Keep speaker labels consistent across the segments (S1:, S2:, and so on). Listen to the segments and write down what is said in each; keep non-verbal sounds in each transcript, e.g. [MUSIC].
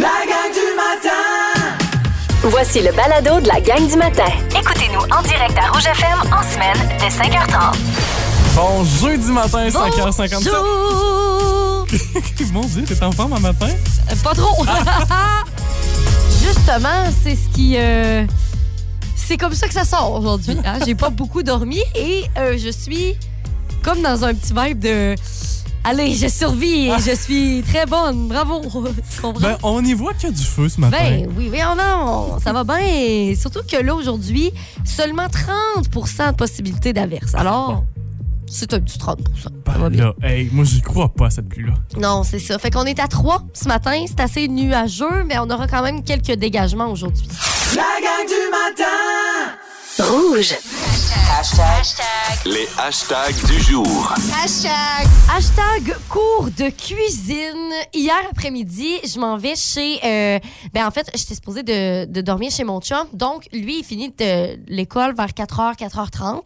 S1: La gang du matin
S2: Voici le balado de la gang du matin.
S3: Écoutez-nous en direct à Rouge FM en semaine dès 5h30.
S4: Bon jeudi matin, 5h57.
S5: Bonjour!
S4: Mon Dieu, t'es en forme un matin?
S5: Euh, Pas trop! [LAUGHS] Justement, c'est ce qui. euh, c'est comme ça que ça sort aujourd'hui. hein. J'ai pas beaucoup dormi et euh, je suis comme dans un petit vibe de. Allez, je survis et je suis très bonne. Bravo! [LAUGHS] Tu comprends?
S4: Ben, on y voit qu'il y a du feu ce matin.
S5: Ben oui, mais non, ça va bien. Surtout que là, aujourd'hui, seulement 30 de possibilité d'averse. Alors, c'est un petit 30 Ça va
S4: Ben
S5: bien.
S4: là, hey, moi j'y crois pas à cette pluie-là.
S5: Non, c'est ça. Fait qu'on est à 3 ce matin. C'est assez nuageux, mais on aura quand même quelques dégagements aujourd'hui.
S1: La gang du matin
S2: Rouge.
S6: Les hashtags du jour.
S5: Hashtag cours de cuisine. Hier après-midi, je m'en vais chez... euh, ben en fait, j'étais supposée de, de dormir chez mon chum. Donc, lui, il finit de l'école vers 4h, 4h30.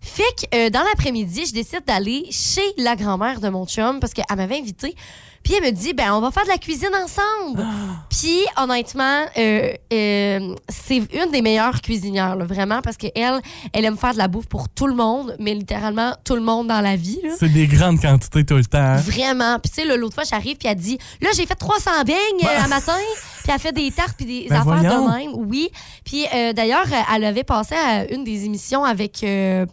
S5: Fait que euh, dans l'après-midi, je décide d'aller chez la grand-mère de mon chum parce qu'elle m'avait invitée. Puis elle me dit, ben on va faire de la cuisine ensemble. Puis honnêtement, euh, euh, c'est une des meilleures cuisinières, là, vraiment, parce qu'elle, elle aime faire de la bouffe pour tout le monde, mais littéralement tout le monde dans la vie. là.
S4: C'est des grandes quantités tout le temps. hein?
S5: Vraiment. Puis tu sais, là, l'autre fois, j'arrive, puis elle dit Là, j'ai fait 300 beignes euh, à matin, puis elle fait des tartes, puis des
S4: Bah. Ben
S5: affaires
S4: voyons.
S5: de même. Oui. Puis euh, d'ailleurs, euh, elle avait passé à une des émissions avec. euh,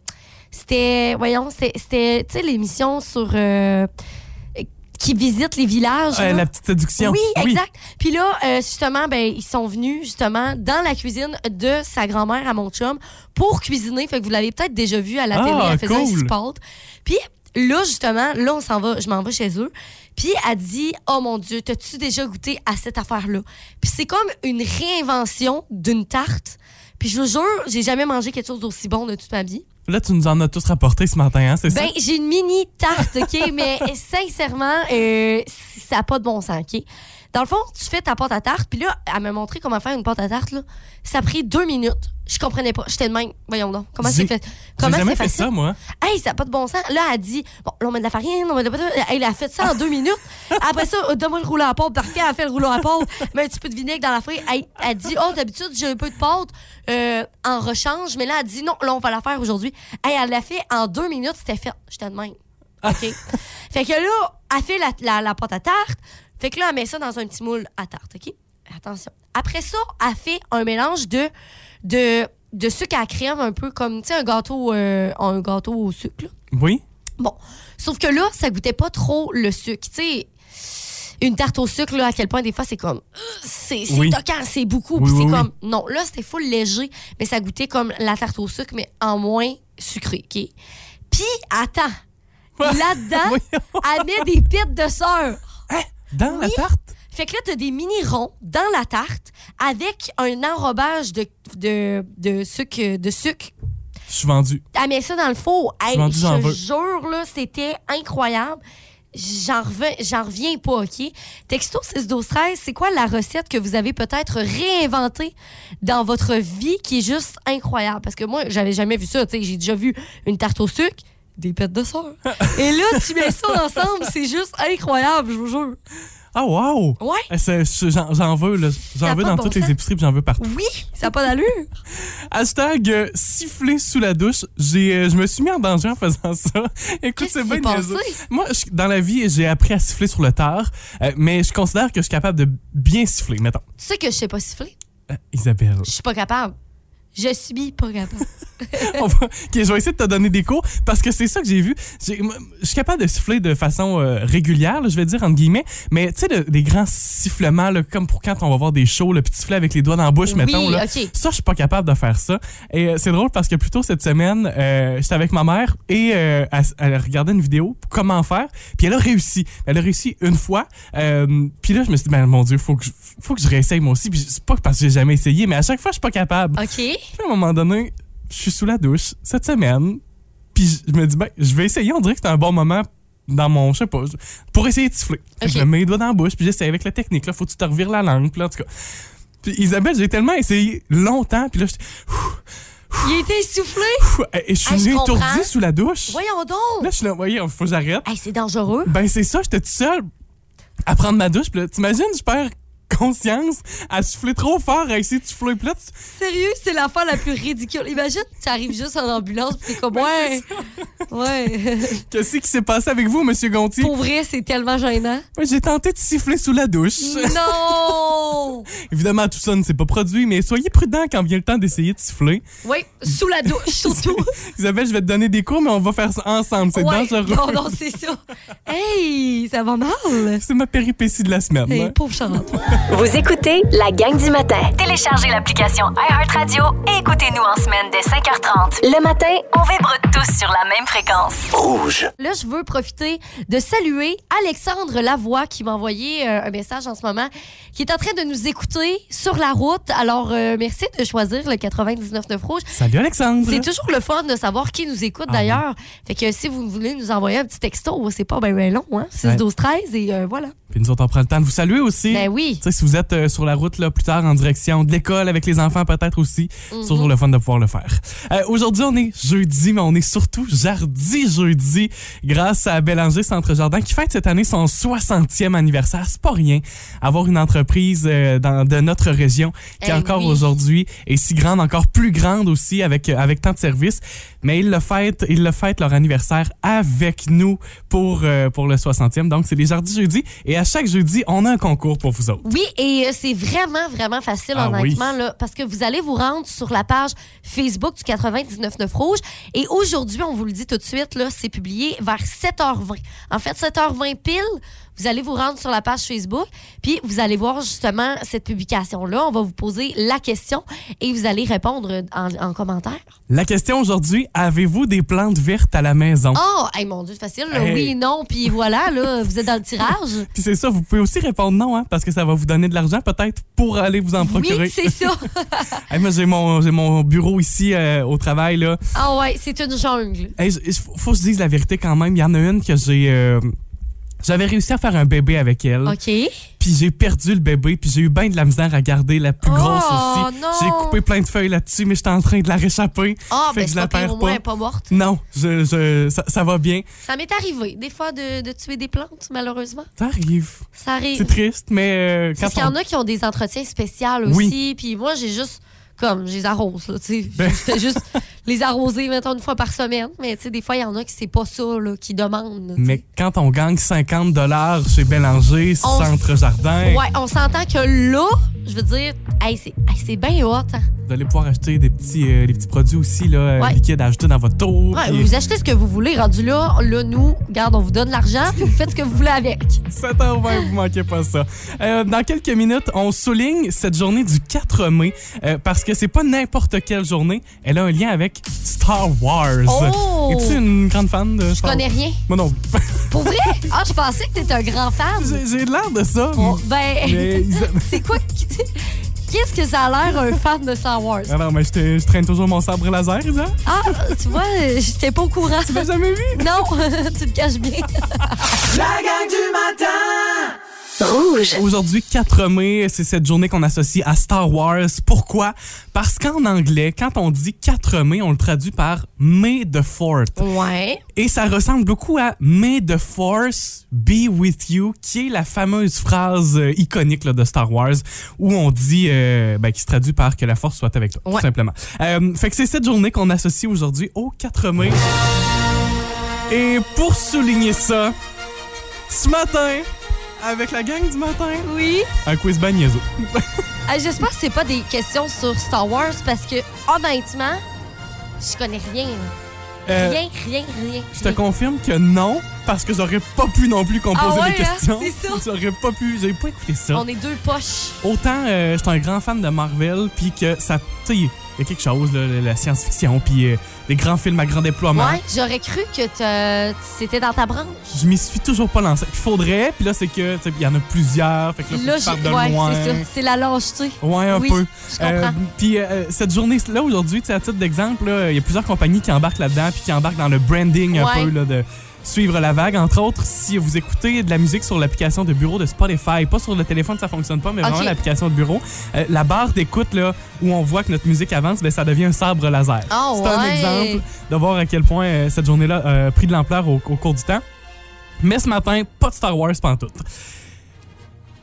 S5: c'était, voyons, c'était- c'était, tu sais, l'émission sur. euh, qui visite les villages.
S4: Euh,
S5: là.
S4: la petite séduction.
S5: Oui, exact. Puis là, euh, justement, ben, ils sont venus justement dans la cuisine de sa grand-mère à mon chum pour cuisiner. Fait que vous l'avez peut-être déjà vu à la
S4: Ah,
S5: télé, elle faisait
S4: cool.
S5: un spot. Puis là, justement, là, on s'en va, je m'en vais chez eux. Puis elle dit Oh mon Dieu, t'as-tu déjà goûté à cette affaire-là? Puis c'est comme une réinvention d'une tarte. Puis je vous jure, j'ai jamais mangé quelque chose d'aussi bon de toute ma vie.
S4: Là, tu nous en as tous rapporté ce matin, hein, c'est
S5: Ben,
S4: ça?
S5: j'ai une mini
S4: [LAUGHS]
S5: tarte, OK? mais sincèrement, euh, ça n'a pas de bon sens, OK? Dans le fond, tu fais ta pâte à tarte, puis là, elle m'a montré comment faire une pâte à tarte, là. Ça a pris deux minutes. Je comprenais pas. J'étais de même. Voyons donc. Comment
S4: J'ai-
S5: c'est fait?
S4: J'ai
S5: Comment
S4: jamais
S5: c'est
S4: fait
S5: facile?
S4: ça, moi.
S5: Hey, ça n'a pas de bon sens. Là, elle dit, bon, là, on met de la farine, on met de la Elle a fait ça en deux minutes. Après ça, euh, donne-moi le rouleau à pâte. Parfait, elle fait le rouleau à pâte. Mets un petit peu de vinaigre dans la farine. Elle, elle dit, oh, d'habitude, j'ai un peu de pâte euh, en rechange. Mais là, elle dit, non, là, on va la faire aujourd'hui. Hey, elle l'a fait en deux minutes. C'était fait. J'étais de même. OK. fait que là, elle fait la, la, la pâte à tarte. Fait que là, elle met ça dans un petit moule à tarte, OK? Attention. Après ça, elle fait un mélange de, de, de sucre à crème, un peu comme, tu sais, un gâteau, euh, un gâteau au sucre, là.
S4: Oui?
S5: Bon. Sauf que là, ça goûtait pas trop le sucre. Tu sais, une tarte au sucre, là, à quel point des fois, c'est comme. euh, C'est c'est
S4: Oui.
S5: toquant, c'est beaucoup.
S4: Oui,
S5: puis
S4: oui,
S5: c'est
S4: oui.
S5: comme. Non, là, c'était full léger, mais ça goûtait comme la tarte au sucre, mais en moins sucré. OK? Puis,
S4: [LAUGHS]
S5: attends. Là-dedans, elle met des pites de sœur.
S4: Dans la tarte?
S5: Fait que là, t'as des mini-ronds dans la tarte avec un enrobage de, de, de sucre, de sucre
S4: Je suis vendu.
S5: elle met ça dans le four. Hey,
S4: Vendu,
S5: je
S4: j'en veux.
S5: te jure, là, c'était incroyable. J'en reviens, j'en reviens pas, OK? Texto 6-12-13, c'est quoi la recette que vous avez peut-être réinventée dans votre vie qui est juste incroyable? Parce que moi, j'avais jamais vu ça. tu sais, J'ai déjà vu une tarte au sucre, des pètes
S4: [LAUGHS]
S5: de sœur. Et là, tu mets ça ensemble, c'est juste incroyable, je vous jure.
S4: Ah, wow!
S5: Ouais.
S4: Eh, c'est- je- J'en j'en veux, là.
S5: Ça a
S4: J'en veux
S5: pas
S4: dans
S5: de bon
S4: toutes
S5: sens.
S4: les épiceries, puis j'en veux partout.
S5: Oui, ça n'a pas d'allure.
S4: Hashtag euh, siffler sous la douche. J'ai, euh, je me suis mis en danger en faisant ça. [LAUGHS] Écoute, c'est
S5: Qu'est-ce qui
S4: bien
S5: s'est
S4: niaiseux.
S5: passé?
S4: Moi, je- dans la vie, j'ai appris à siffler sur le tard, euh, mais je considère que je suis capable de bien siffler, mettons.
S5: Tu sais que je sais pas siffler.
S4: Euh,
S5: [LAUGHS]
S4: Isabelle,
S5: Je suis pas capable. Je suis pas capable.
S4: on va- ok, je vais essayer de te donner des cours parce que c'est ça que j'ai vu. J'ai- m- Je suis capable de siffler de façon euh, régulière, là, je vais dire entre guillemets, mais tu sais, de- des grands sifflements, là, comme pour quand on va voir des shows, le petit sifflet avec les doigts dans la bouche, mettons.
S5: oui,
S4: Là.
S5: OK.
S4: Ça, je suis pas capable de faire ça. Et euh, c'est drôle parce que plus tôt cette semaine, euh, j'étais avec ma mère et euh, elle, s- elle regardait une vidéo, comment faire, puis elle a réussi. Elle a réussi une fois. Euh, puis là, je me suis dit, ben, mon Dieu, faut que je, faut que je réessaye moi aussi. Puis c'est pas parce que j'ai jamais essayé, mais à chaque fois, je suis pas capable.
S5: OK?
S4: Puis à un moment donné, je suis sous la douche cette semaine, puis je me dis, ben, je vais essayer. On dirait que c'est un bon moment dans mon, je sais pas, pour essayer de siffler. Fait que
S5: Ok.
S4: Je me mets les doigts dans la bouche, puis j'essaie avec la technique. Là, faut que tu te revires la langue, puis là, en tout cas. Puis Isabelle, j'ai tellement essayé longtemps, puis là, j'étais-
S5: Il était essoufflé.
S4: Pff, et je suis
S5: Ah, je
S4: venu
S5: comprends.
S4: étourdi sous la douche.
S5: Voyons donc.
S4: Là, je suis là, voyez, faut que j'arrête.
S5: Hey, c'est dangereux.
S4: Ben, c'est ça, j'étais tout seul à prendre ma douche, puis là, t'imagines, je perds conscience à souffler trop fort, à essayer de souffler. Puis là, tu-
S5: Sérieux, c'est l'affaire la plus ridicule. Imagine, tu arrives juste en ambulance, puis t'es comme, ouais, [LAUGHS] ouais.
S4: qu'est-ce qui s'est passé avec vous, Monsieur Gontier?
S5: Pour vrai, c'est tellement gênant.
S4: Moi, J'ai tenté de siffler sous la douche.
S5: [LAUGHS] Mm. Non!
S4: Évidemment, tout ça ne s'est pas produit, mais soyez prudent quand vient le temps d'essayer de siffler.
S5: Oui, [LAUGHS] sous la douche, surtout.
S4: Isabelle, je vais te donner des cours, mais on va faire ça ensemble. C'est
S5: Ouais.
S4: dangereux.
S5: Non, non, c'est ça. Hey, ça va mal.
S4: [LAUGHS] C'est ma péripétie de la semaine.
S5: Hey, pauvre Charlotte.
S2: Vous écoutez la gang du matin.
S3: Téléchargez l'application iHeartRadio et écoutez-nous en semaine dès 5h30.
S2: Le matin,
S3: On vibre tous sur la même fréquence.
S6: Rouge.
S5: Là, je veux profiter de saluer Alexandre Lavoie qui m'a envoyé euh, un message en ce moment, qui est en train de nous écouter sur la route. Alors, euh, merci de choisir le 99.9 Rouge.
S4: Salut, Alexandre.
S5: C'est toujours le fun de savoir qui nous écoute
S4: Hein? Ah
S5: d'ailleurs. Fait que si vous voulez nous envoyer un petit texto, oh, c'est pas bien long, hein? 6, 12, 13 et euh, voilà.
S4: Puis nous autres, on prend le temps de vous saluer aussi.
S5: Ben oui.
S4: Tu sais, si vous êtes euh, sur la route là, plus tard en direction de l'école avec les enfants, peut-être aussi,
S5: Mhm.
S4: c'est toujours le fun de pouvoir le faire. Euh, Aujourd'hui, on est jeudi, mais on est surtout jardi jeudi, grâce à Bélanger Centre Jardin qui fête cette année son 60e anniversaire. C'est pas rien. Avoir une entreprise euh, dans, de notre région qui
S5: Eh
S4: encore
S5: oui.
S4: aujourd'hui est si grande, encore plus grande aussi avec, euh, avec tant de services. Mais ils le fêtent, ils le fêtent leur anniversaire avec nous pour, euh, pour le 60e. Donc, c'est les jardis jeudi. Et à chaque jeudi, on a un concours pour vous autres.
S5: Oui, et euh, c'est vraiment, vraiment facile,
S4: Ah
S5: honnêtement,
S4: oui.
S5: là, parce que vous allez vous rendre sur la page Facebook du 99.9 Rouge. Et aujourd'hui, on vous le dit tout de suite, là, c'est publié vers 7h20. En fait, 7h20 pile, vous allez vous rendre sur la page Facebook, puis vous allez voir justement cette publication-là. On va vous poser la question et vous allez répondre en, en commentaire.
S4: La question aujourd'hui, avez-vous des plantes vertes à la maison?
S5: Oh, hey, mon Dieu, c'est facile. là.
S4: Hey.
S5: Oui, non, puis voilà, là, vous êtes dans le tirage.
S4: [LAUGHS] Puis c'est ça, vous pouvez aussi répondre non, hein, parce que ça va vous donner de l'argent peut-être pour aller vous en procurer. Ah,
S5: Oui, c'est ça.
S4: [LAUGHS] Hey, moi, j'ai mon, j'ai mon bureau ici euh, au travail. Là.
S5: Ah ouais, c'est une jungle.
S4: Hey, j- j- faut- faut que je dise la vérité quand même. Il y en a une que j'ai... euh, j'avais réussi à faire un bébé avec elle.
S5: OK.
S4: Puis j'ai perdu le bébé, puis j'ai eu bien de la misère à garder la plus
S5: Oh,
S4: grosse aussi.
S5: non.
S4: J'ai coupé plein de feuilles là-dessus, mais j'étais en train de la réchapper.
S5: Ah,
S4: Fait
S5: ben
S4: que je
S5: c'est
S4: la
S5: pas pire,
S4: perds
S5: au moins,
S4: pas.
S5: elle est pas morte.
S4: Non, je, je- ça, ça va bien.
S5: Ça m'est arrivé, des fois, de, de tuer des plantes, malheureusement.
S4: Ça arrive.
S5: Ça arrive.
S4: C'est triste, mais euh, quand
S5: Parce qu'il y
S4: on-
S5: en a qui ont des entretiens spéciaux aussi.
S4: Oui.
S5: Puis moi, j'ai juste, comme, je les arrose, là, tu sais.
S4: Ben.
S5: C'était juste [LAUGHS] les arroser, mettons, une fois par semaine. Mais, tu sais, des fois, il y en a qui c'est pas ça, là, qui demandent. là, tu sais.
S4: Mais quand on gagne 50 dollars chez Bélanger,
S5: On-
S4: Centre Jardin,
S5: Ouais, on s'entend que là, je veux dire, hey, c'est hey, c'est bien hot. hein.
S4: vous allez pouvoir acheter des petits, euh, des petits produits aussi, là, euh,
S5: Ouais.
S4: liquides à ajouter dans votre tour.
S5: Ouais,
S4: puis- [LAUGHS]
S5: vous achetez ce que vous voulez, rendu là, là, nous, regarde, on vous donne l'argent, puis vous faites ce que vous voulez avec.
S4: 7h20, vous manquez pas ça. Euh, dans quelques minutes, on souligne cette journée du 4 mai euh, parce que c'est pas n'importe quelle journée. Elle a un lien avec Star Wars.
S5: Oh!
S4: Es-tu une grande fan de
S5: Je
S4: Star
S5: connais
S4: Wars?
S5: rien.
S4: Moi non.
S5: Pour vrai? Ah, je pensais que t'étais un grand fan.
S4: [LAUGHS] J'ai- J'ai l'air de ça.
S5: Bon, ben,
S4: Mais Isa-
S5: [LAUGHS] c'est quoi? qui- Qu'est-ce que ça a l'air un fan de Star Wars?
S4: Ah non, mais je, te- je traîne toujours mon sabre laser, Isa.
S5: Ah, tu vois, j'étais pas au courant.
S4: T'as jamais vu?
S5: Non, [LAUGHS] tu le caches bien.
S1: La gang du matin!
S2: Rouge.
S4: Aujourd'hui, 4 mai, c'est cette journée qu'on associe à Star Wars. Pourquoi? Parce qu'en anglais, quand on dit 4 mai, on le traduit par May the Fourth.
S5: Ouais.
S4: Et ça ressemble beaucoup à May the Force be with you, qui est la fameuse phrase euh, iconique là, de Star Wars, où on dit, euh, ben, qui se traduit par que la force soit avec toi, tout
S5: Ouais.
S4: simplement. Euh, fait que c'est cette journée qu'on associe aujourd'hui au 4 mai. Et pour souligner ça, ce matin, avec la gang du matin,
S5: Oui.
S4: un quiz bagnézo.
S5: Ah, J'espère que c'est pas des questions sur Star Wars parce que, honnêtement, je connais rien.
S4: Euh,
S5: Rien, rien, rien.
S4: Je te confirme que non, parce que j'aurais pas pu non plus composer
S5: Ah ouais,
S4: des
S5: hein?
S4: questions.
S5: C'est ça.
S4: [LAUGHS] J'aurais pas pu, j'avais pas écouté ça.
S5: On est deux poches.
S4: autant euh, je suis un grand fan de Marvel, puis que ça. Tu sais, il y a quelque chose, là, la science-fiction, puis euh, les grands films à grand déploiement.
S5: Ouais, j'aurais cru que t'as- c'était dans ta branche.
S4: Je m'y suis toujours pas lancé. Il faudrait, puis là, c'est que, tu sais, il y en a plusieurs, fait que là, faut que tu
S5: j'ai-
S4: partes de
S5: ouais,
S4: loin.
S5: c'est ça. C'est la lâcheté.
S4: Ouais, un
S5: oui,
S4: peu.
S5: je
S4: Euh,
S5: comprends.
S4: Puis euh, cette journée-là, aujourd'hui, tu sais, à titre d'exemple, là, il y a plusieurs compagnies qui embarquent là-dedans, puis qui embarquent dans le branding un
S5: Ouais.
S4: peu là, de suivre la vague. Entre autres, si vous écoutez de la musique sur l'application de bureau de Spotify, pas sur le téléphone, ça fonctionne pas, mais
S5: Ok.
S4: vraiment l'application de bureau, euh, la barre d'écoute là, où on voit que notre musique avance, ben, ça devient un sabre laser.
S5: Ah
S4: C'est un
S5: ouais.
S4: exemple de voir à quel point euh, cette journée-là euh, a pris de l'ampleur au, au cours du temps. Mais ce matin, pas de Star Wars pantoute.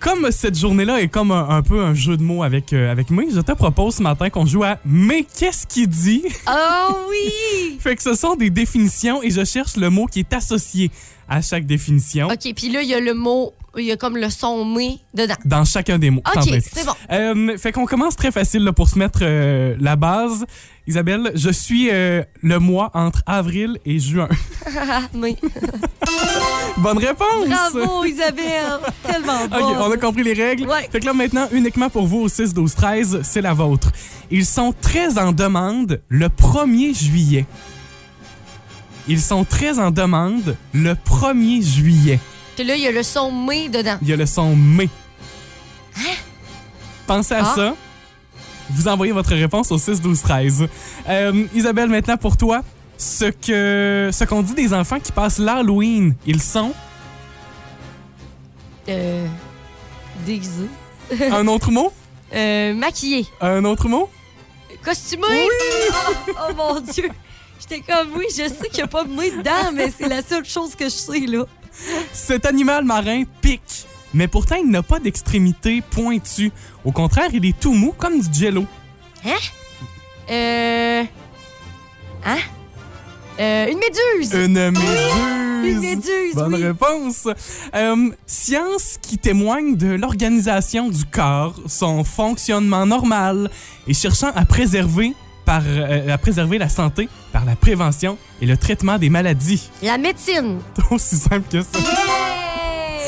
S4: comme cette journée-là est comme un, un peu un jeu de mots avec, euh, avec May, je te propose ce matin qu'on joue à Mais qu'est-ce qu'il dit? [LAUGHS]
S5: Oh oui!
S4: fait que ce sont des définitions et je cherche le mot qui est associé à chaque définition
S5: OK, puis là, il y a le mot, il y a comme le son mais
S4: [LAUGHS]
S5: dedans.
S4: dans chacun des mots.
S5: OK,
S4: T'en prie.
S5: c'est bon.
S4: Euh, fait qu'on commence très facile là, pour se mettre euh, la base. Isabelle, je suis euh, le mois entre avril et juin. [LAUGHS]
S5: Ah, mais.
S4: Bonne réponse!
S5: Bravo, Isabelle! Tellement
S4: OK,
S5: bon.
S4: on a compris les règles.
S5: Ouais.
S4: Fait que là, maintenant, uniquement pour vous au 6-12-13, c'est la vôtre. Ils sont très en demande le 1er juillet. Ils sont très en demande le 1er juillet.
S5: Puis là, il y a le son mais dedans.
S4: Il y a le son mais. Pensez à
S5: Ah.
S4: ça. Vous envoyez votre réponse au 6-12-13. Euh, Isabelle, maintenant pour toi, ce que ce qu'on dit des enfants qui passent l'Halloween, ils sont
S5: Euh, déguisé.
S4: un autre mot?
S5: Euh, maquillé.
S4: Un autre mot?
S5: Costumé. Ah, [LAUGHS] oh mon Dieu! J'étais comme, oui, je sais qu'il n'y a pas de mais dedans, mais c'est la seule chose que je sais, là.
S4: Cet animal marin pique, mais pourtant il n'a pas d'extrémité pointue. Au contraire, il est tout mou comme du jello.
S5: Euh. Hein? Euh, une méduse!
S4: Une
S5: une
S4: méduse.
S5: méduse,
S4: Bonne
S5: oui.
S4: réponse. Euh, science qui témoigne de l'organisation du corps, son fonctionnement normal et cherchant à préserver par euh, à préserver la santé par la prévention et le traitement des maladies. [LAUGHS]
S5: La médecine.
S4: C'est aussi simple que ça.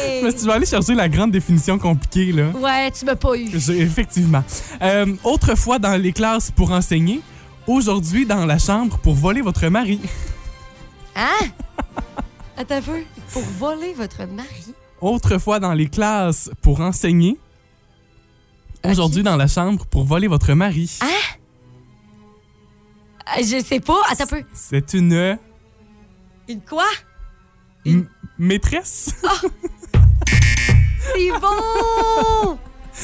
S5: Hey!
S4: Mais si tu vas aller chercher la grande définition compliquée là.
S5: Ouais, tu m'as pas eu.
S4: J'ai- Effectivement. Euh, autrefois dans les classes pour enseigner, aujourd'hui dans la chambre pour voler votre mari. [LAUGHS]
S5: Hein? Attends un peu. Pour voler votre mari.
S4: Autrefois dans les classes pour enseigner, aujourd'hui dans la chambre pour voler votre mari.
S5: Ah, Je sais pas. Attends un peu.
S4: C'est une
S5: Une quoi?
S4: m-
S5: [LAUGHS]
S4: maîtresse. [LAUGHS]
S5: C'est bon!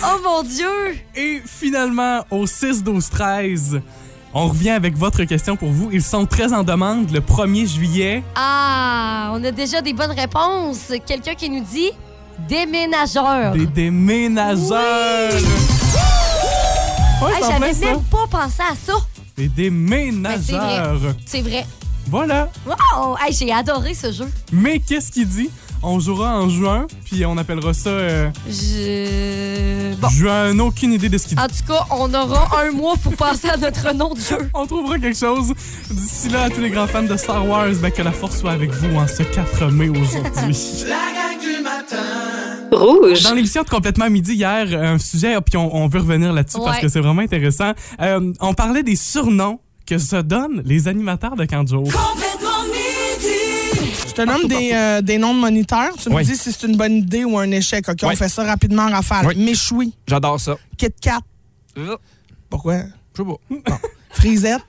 S5: Oh mon Dieu!
S4: Et finalement, au 6-12-13, on revient avec votre question pour vous. Ils sont très en demande le 1er juillet.
S5: Ah, on a déjà des bonnes réponses. Quelqu'un qui nous dit déménageur.
S4: Des déménageurs. Ouais,
S5: Hey,
S4: c'est en plein
S5: J'avais
S4: ça.
S5: même pas pensé à ça.
S4: Des déménageurs.
S5: C'est vrai.
S4: Voilà.
S5: Wow! Hey, J'ai adoré ce jeu.
S4: Mais qu'est-ce qu'il dit? On jouera en juin, puis on appellera ça. euh,
S5: Je. Bon.
S4: Juin, aucune idée de ce qu'il dit.
S5: En tout cas, on aura un mois pour passer à notre nom de jeu.
S4: On trouvera quelque chose. D'ici là, à tous les grands fans de Star Wars, ben, que la force soit avec vous en ce 4 mai
S5: [LAUGHS]
S4: aujourd'hui.
S1: La gang du matin.
S2: Rouge.
S4: Dans l'émission de Complètement Midi hier, euh, un sujet, puis on, on veut revenir là-dessus parce
S5: Ouais.
S4: que c'est vraiment intéressant. Euh, on parlait des surnoms que se donnent les animateurs de Camp Joe.
S1: Complètement midi.
S7: Je te nomme des, euh, des noms de moniteurs. Tu
S8: Oui.
S7: me dis si c'est une bonne idée ou un échec. OK,
S8: Oui.
S7: on fait ça rapidement, Raphaël.
S8: Oui.
S7: Méchoui,
S8: J'adore ça.
S7: Kit Kat.
S8: Je
S7: Pourquoi?
S8: sais pas.
S7: Frisette,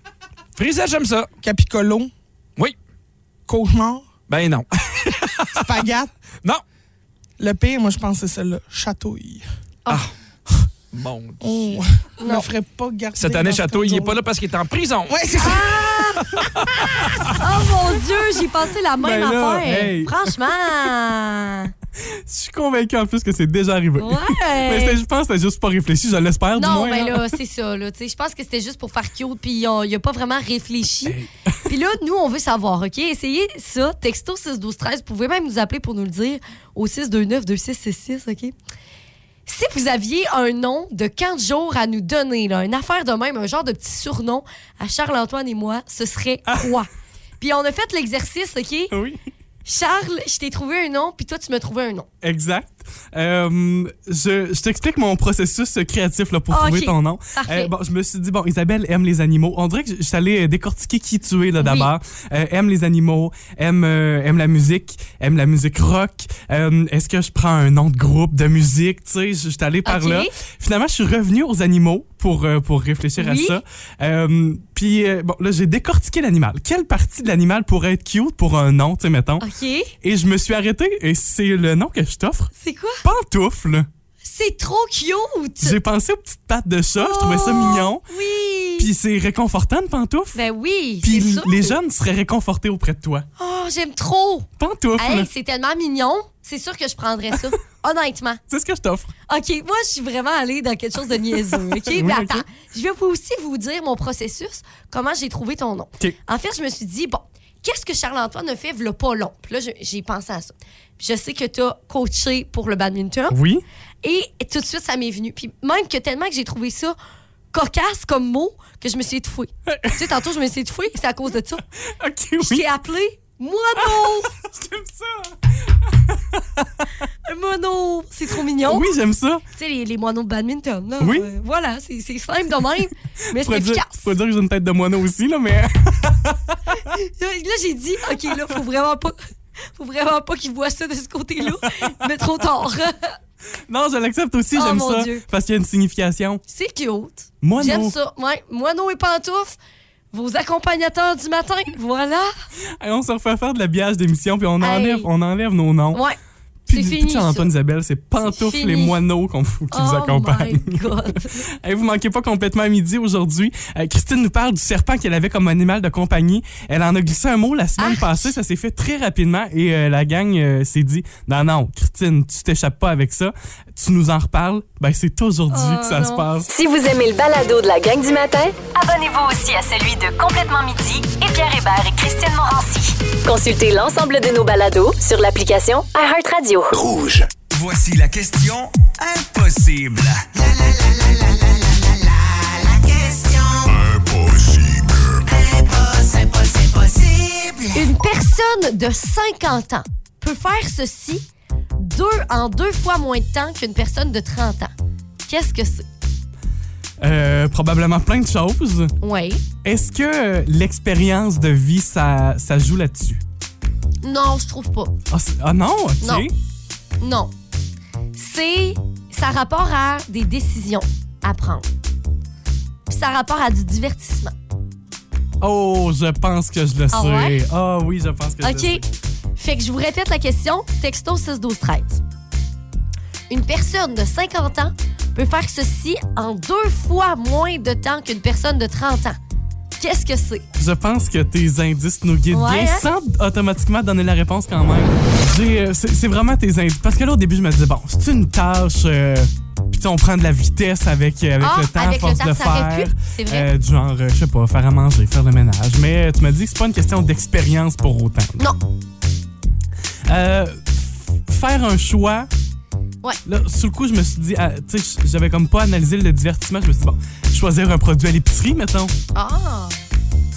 S8: Frisette, j'aime ça.
S7: Capicolo,
S8: Oui.
S7: Cauchemar,
S8: [LAUGHS] Ben non.
S7: Spaghette.
S8: Non.
S7: Le pire, moi, je pense que c'est celle-là. Chatouille.
S8: Bon.
S7: On ne ferait pas garder.
S8: Cette année,
S7: dans ce
S8: Château, il est
S7: contour.
S8: pas là Ah! parce qu'il est en prison.
S7: Ouais, c'est ça.
S5: Oh mon Dieu, j'ai passé la même
S4: Ben là,
S5: affaire.
S4: hey.
S5: Franchement.
S4: Je suis convaincu en plus que c'est déjà arrivé. [LAUGHS] Mais c'était-
S5: Ouais.
S4: je pense que c'était juste pas réfléchi, je l'espère du
S5: Non,
S4: moins.
S5: mais
S4: là.
S5: là, c'est ça. Là, Tu sais, je pense que c'était juste pour faire cute, puis on- il n'y a pas vraiment réfléchi. [LAUGHS] Puis là, nous, on veut savoir, OK? Essayez ça, texto 61213. Vous pouvez même nous appeler pour nous le dire au 629-2666, OK? Si vous aviez un nom de 15 jours à nous donner, là, une affaire de même, un genre de petit surnom à Charles-Antoine et moi, ce serait
S4: Ah.
S5: quoi? Puis on a fait l'exercice, OK?
S4: [LAUGHS] Oui.
S5: Charles, je t'ai trouvé un nom, puis toi, tu m'as trouvé un nom.
S4: Exact. Euh, je je t'explique mon processus créatif là, pour
S5: Ah,
S4: trouver
S5: ok.
S4: ton nom. Euh,
S5: Parfait.
S4: bon, je me suis dit, bon, Isabelle aime les animaux. On dirait que je suis allé euh, décortiquer qui tu es là, d'abord. Euh, aime les animaux, aime, euh, aime la musique, aime la musique rock. Euh, Est-ce que je prends un nom de groupe, de musique? Tu sais, je je suis allé par
S5: Ok.
S4: là. Finalement, je suis revenu aux animaux pour, euh, pour réfléchir
S5: Oui.
S4: à ça. Euh, Puis, euh, bon, là, j'ai décortiqué l'animal. Quelle partie de l'animal pourrait être cute pour un nom, tu sais, mettons?
S5: OK?
S4: Et je me suis arrêté et c'est le nom que je t'offre.
S5: C'est quoi?
S4: Pantoufle.
S5: C'est trop cute!
S4: J'ai pensé aux petites pattes de chat, je trouvais ça mignon.
S5: Oui!
S4: Puis c'est réconfortant une pantoufle.
S5: Oh! Ben oui,
S4: Puis
S5: c'est ça.
S4: les jeunes seraient réconfortés auprès de toi.
S5: Oh, j'aime trop.
S4: Pantoufle,
S5: Hey, c'est tellement mignon. C'est sûr que je
S4: [LAUGHS]
S5: prendrais ça. Honnêtement.
S4: c'est ce que je t'offre.
S5: OK, moi, je suis vraiment allée dans quelque chose de niaiseux.
S4: [LAUGHS]
S5: OK, mais attends. Je vais vous aussi vous dire mon processus, comment j'ai trouvé ton nom.
S4: OK.
S5: En fait, je me suis dit, bon, qu'est-ce que Charles-Antoine a fait, v'là pas long? Puis là, je- j'ai pensé à ça. Puis je sais que tu as coaché pour le badminton.
S4: Oui.
S5: Et tout de suite, ça m'est venu. Puis même que tellement que j'ai trouvé ça cocasse comme mot que je me suis étouffée. tu sais, tantôt, je me suis étouffée, c'est à cause de ça.
S4: Ok,
S5: Je
S4: oui.
S5: t'ai appelé Mono!
S4: J'aime ça.
S5: Mono! C'est trop mignon.
S4: Oui, j'aime ça.
S5: Tu sais, les, les moineaux de badminton. Là,
S4: Oui.
S5: Euh, voilà, c'est c'est simple de même, mais c'est
S4: Faut dire,
S5: efficace.
S4: faut dire que j'ai une tête de moineau aussi, là, mais [LAUGHS]
S5: Là, là, j'ai dit, OK, là, faut vraiment pas. Faut vraiment pas qu'ils voient ça de ce
S4: [LAUGHS]
S5: côté-là, mais trop tard.
S4: non, je l'accepte aussi,
S5: Oh,
S4: j'aime
S5: mon
S4: ça.
S5: Dieu.
S4: Parce qu'il y a une signification.
S5: C'est cute.
S4: Moineau.
S5: J'aime ça. Ouais, moineau et pantoufles, vos accompagnateurs du matin, voilà.
S4: Hey, on se refait faire de la biage d'émission, puis on enlève,
S5: Hey.
S4: on enlève nos noms.
S5: Ouais.
S4: Puis
S5: c'est
S4: plus
S5: fini,
S4: Antoine Isabelle, c'est pantoufles
S5: fini.
S4: les moineaux qu'on fout qui nous
S5: oh
S4: accompagnent. [LAUGHS]
S5: my God.
S4: Hey, vous manquez pas complètement à midi aujourd'hui. Euh, Christine nous parle du serpent qu'elle avait comme animal de compagnie. Elle en a glissé un mot la
S5: Ah.
S4: semaine passée. Ça s'est fait très rapidement et euh, la gang euh, s'est dit Non, non, Christine, tu t'échappes pas avec ça. Tu nous en reparles. Ben, c'est aujourd'hui
S5: Oh,
S4: que ça
S5: non.
S4: se passe.
S2: Si vous aimez le balado de la gang du matin,
S3: Abonnez-vous aussi à celui de Complètement Midi et Pierre Hébert et Christine Morancy.
S2: consultez l'ensemble de nos balados sur l'application iHeartRadio.
S6: Rouge.
S9: Voici la question impossible.
S5: Une personne de 50 ans peut faire ceci deux, en deux fois moins de temps qu'une personne de 30 ans. Qu'est-ce que c'est?
S4: Euh, probablement plein de choses.
S5: Oui.
S4: Est-ce que euh, l'expérience de vie, ça, ça joue là-dessus?
S5: Non, je trouve pas.
S4: Ah, c'est- ah non, OK.
S5: Non. Non. C'est. Ça a rapport à des décisions à prendre. Puis ça a rapport à du divertissement.
S4: Oh, je pense que je le
S5: Ah
S4: sais.
S5: ouais?
S4: Ah oui, je pense que je le sais.
S5: OK? Fait que je vous répète la question. Texto 6 12 13. Une personne de 50 ans peut faire ceci en deux fois moins de temps qu'une personne de 30 ans. Qu'est-ce que c'est?
S4: Je pense que tes indices nous guident
S5: Ouais,
S4: bien
S5: hein?
S4: sans automatiquement donner la réponse quand même. J'ai, euh, c'est c'est vraiment tes indices. Parce que là, au début, je me disais, bon, c'est une tâche. euh, puis tu sais, on prend de la vitesse avec, euh, avec
S5: Ah,
S4: le temps,
S5: avec le
S4: force
S5: temps,
S4: de
S5: ça aurait
S4: faire.
S5: pu, c'est vrai.
S4: euh, du genre, euh, je sais pas, faire à manger, faire le ménage. Mais euh, tu me dis que c'est pas une question d'expérience pour autant.
S5: Non.
S4: Euh, f- faire un choix.
S5: Ouais.
S4: Là, sur le coup, je me suis dit, ah, tu sais, j'avais comme pas analysé le divertissement. Je me suis dit, bon, choisir un produit à l'épicerie, mettons.
S5: Ah!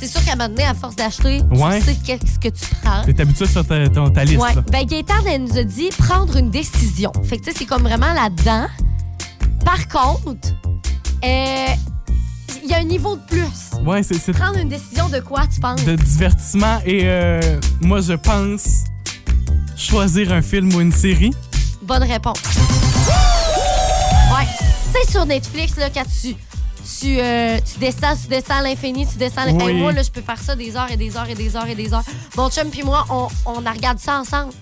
S5: C'est sûr qu'à un moment donné, à force d'acheter,
S4: Ouais.
S5: tu sais qu'est-ce que tu prends.
S4: T'es habitué sur ta, ton- ta liste.
S5: Ouais.
S4: là.
S5: Ben, Gaëtan, elle nous a dit prendre une décision. Fait que, tu sais, c'est comme vraiment là-dedans. Par contre, euh, il y a un niveau de plus.
S4: Ouais, c'est- c'est
S5: Prendre une décision de quoi, tu penses?
S4: de divertissement et euh, moi je pense choisir un film ou une série.
S5: Bonne réponse. Ouais. C'est sur Netflix, là, quand tu. Tu, euh, tu descends, tu descends à l'infini, tu descends à l'infini.
S4: Oui.
S5: Hey, moi, là, je peux faire ça des heures et des heures et des heures et des heures. Mon chum puis moi, on, on a regardé ça ensemble.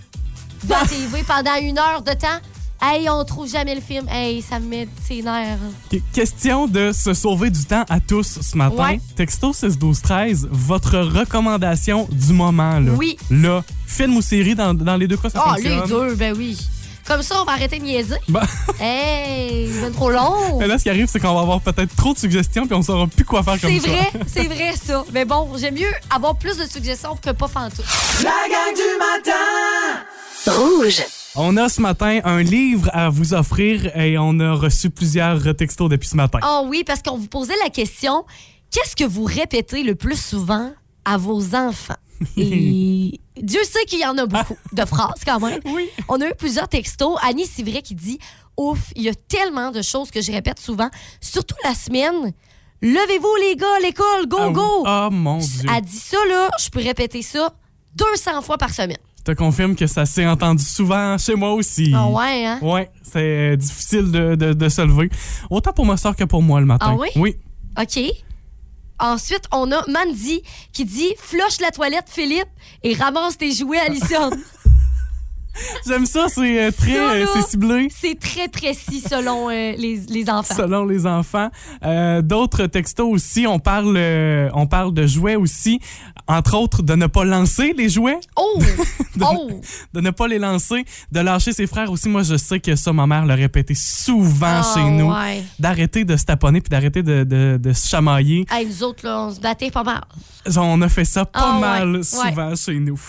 S5: Dans la TV
S4: [LAUGHS]
S5: pendant une heure de temps. Hey, on trouve jamais le film. Hey, ça me met ses nerfs.
S4: Qu- Question de se sauver du temps à tous ce matin.
S5: Ouais.
S4: Texto 6 12 13, votre recommandation du moment là.
S5: Oui.
S4: Là, film ou série dans, dans les deux cas ça
S5: Ah, les
S4: fonctionne.
S5: deux, ben oui. Comme ça, on va arrêter
S4: [LAUGHS]
S5: de niaiser.
S4: Bon.
S5: Hey, c'est trop long.
S4: Mais là, ce qui arrive, c'est qu'on va avoir peut-être trop de suggestions puis on saura plus quoi faire comme
S5: C'est
S4: ça.
S5: vrai, c'est vrai ça. Mais bon, j'aime mieux avoir plus de suggestions que pas fantôme.
S1: La gang du matin.
S2: Rouge.
S4: On a ce matin un livre à vous offrir et on a reçu plusieurs euh, textos depuis ce matin.
S5: Ah oui, parce qu'on vous posait la question qu'est-ce que vous répétez le plus souvent à
S4: [LAUGHS]
S5: vos enfants Et Dieu sait qu'il y en a beaucoup de phrases quand même.
S4: Oui.
S5: On a eu plusieurs textos. Annie Sivray qui dit Ouf, il y a tellement de choses que je répète souvent, surtout la semaine. Levez-vous, les gars, l'école, go,
S4: Ah oui.
S5: Oh, go!
S4: Ah, mon dieu.
S5: Elle dit ça, là, je peux répéter ça 200 fois par semaine.
S4: Je te confirme que ça s'est entendu souvent chez moi aussi.
S5: Ah ouais, hein?
S4: Ouais, c'est euh, difficile de, de- de se lever. Autant pour ma soeur que pour moi le matin.
S5: Ah oui?
S4: Oui.
S5: OK. Ensuite, on a Mandy
S4: [LAUGHS]
S5: qui dit Flush la toilette, Philippe, et ramasse tes jouets, Alison.
S4: J'aime ça, c'est euh, très
S5: Ça,
S4: euh,
S5: là.
S4: c'est ciblé
S5: C'est très précis selon euh, les, les enfants.
S4: selon les enfants. Euh, D'autres textos aussi, on parle, euh, on parle de jouets aussi, entre autres de ne pas lancer les jouets,
S5: Oh! oh!
S4: [LAUGHS] de ne pas les lancer, de lâcher ses frères aussi. Moi, je sais que ça, ma mère l'a répété souvent
S5: Ah,
S4: chez nous.
S5: ouais.
S4: D'arrêter de se taponner puis d'arrêter de, de- de se chamailler.
S5: Hey, nous autres, là, on se battait pas mal.
S4: Genre, on a fait ça pas
S5: Ah, ouais,
S4: mal
S5: ouais.
S4: souvent chez nous.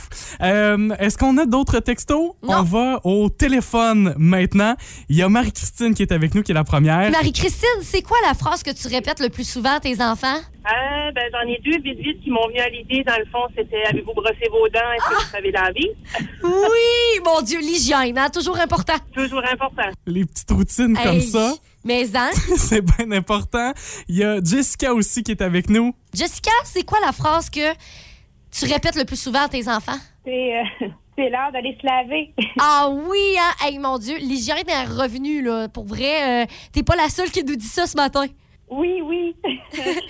S4: Euh, Est-ce qu'on a d'autres textos?
S5: Non.
S4: On va au téléphone maintenant. Il y a Marie-Christine qui est avec nous, qui est la première.
S5: Marie-Christine, c'est quoi la phrase que tu répètes le plus souvent à tes enfants?
S10: Ah, ben, j'en ai deux vite vite qui m'ont venu à l'idée. Dans le fond, c'était avez-vous brossé vos dents? Est-ce que vous savez laver?
S5: Oui! Mon Dieu, l'hygiène, hein, toujours important.
S10: Toujours important.
S4: Les petites routines comme
S5: Hey,
S4: ça. [LAUGHS]
S5: Mais, hein?
S4: C'est bien important. Il y a Jessica aussi qui est avec nous.
S5: Jessica, c'est quoi la phrase que tu répètes le plus souvent à tes enfants?
S10: C'est, euh, [LAUGHS] c'est l'heure d'aller se laver. [LAUGHS]
S5: Ah oui, hein? Hey, mon Dieu, l'hygiène est revenue, là. Pour vrai, euh, t'es pas la seule qui nous dit ça ce matin.
S10: Oui, oui.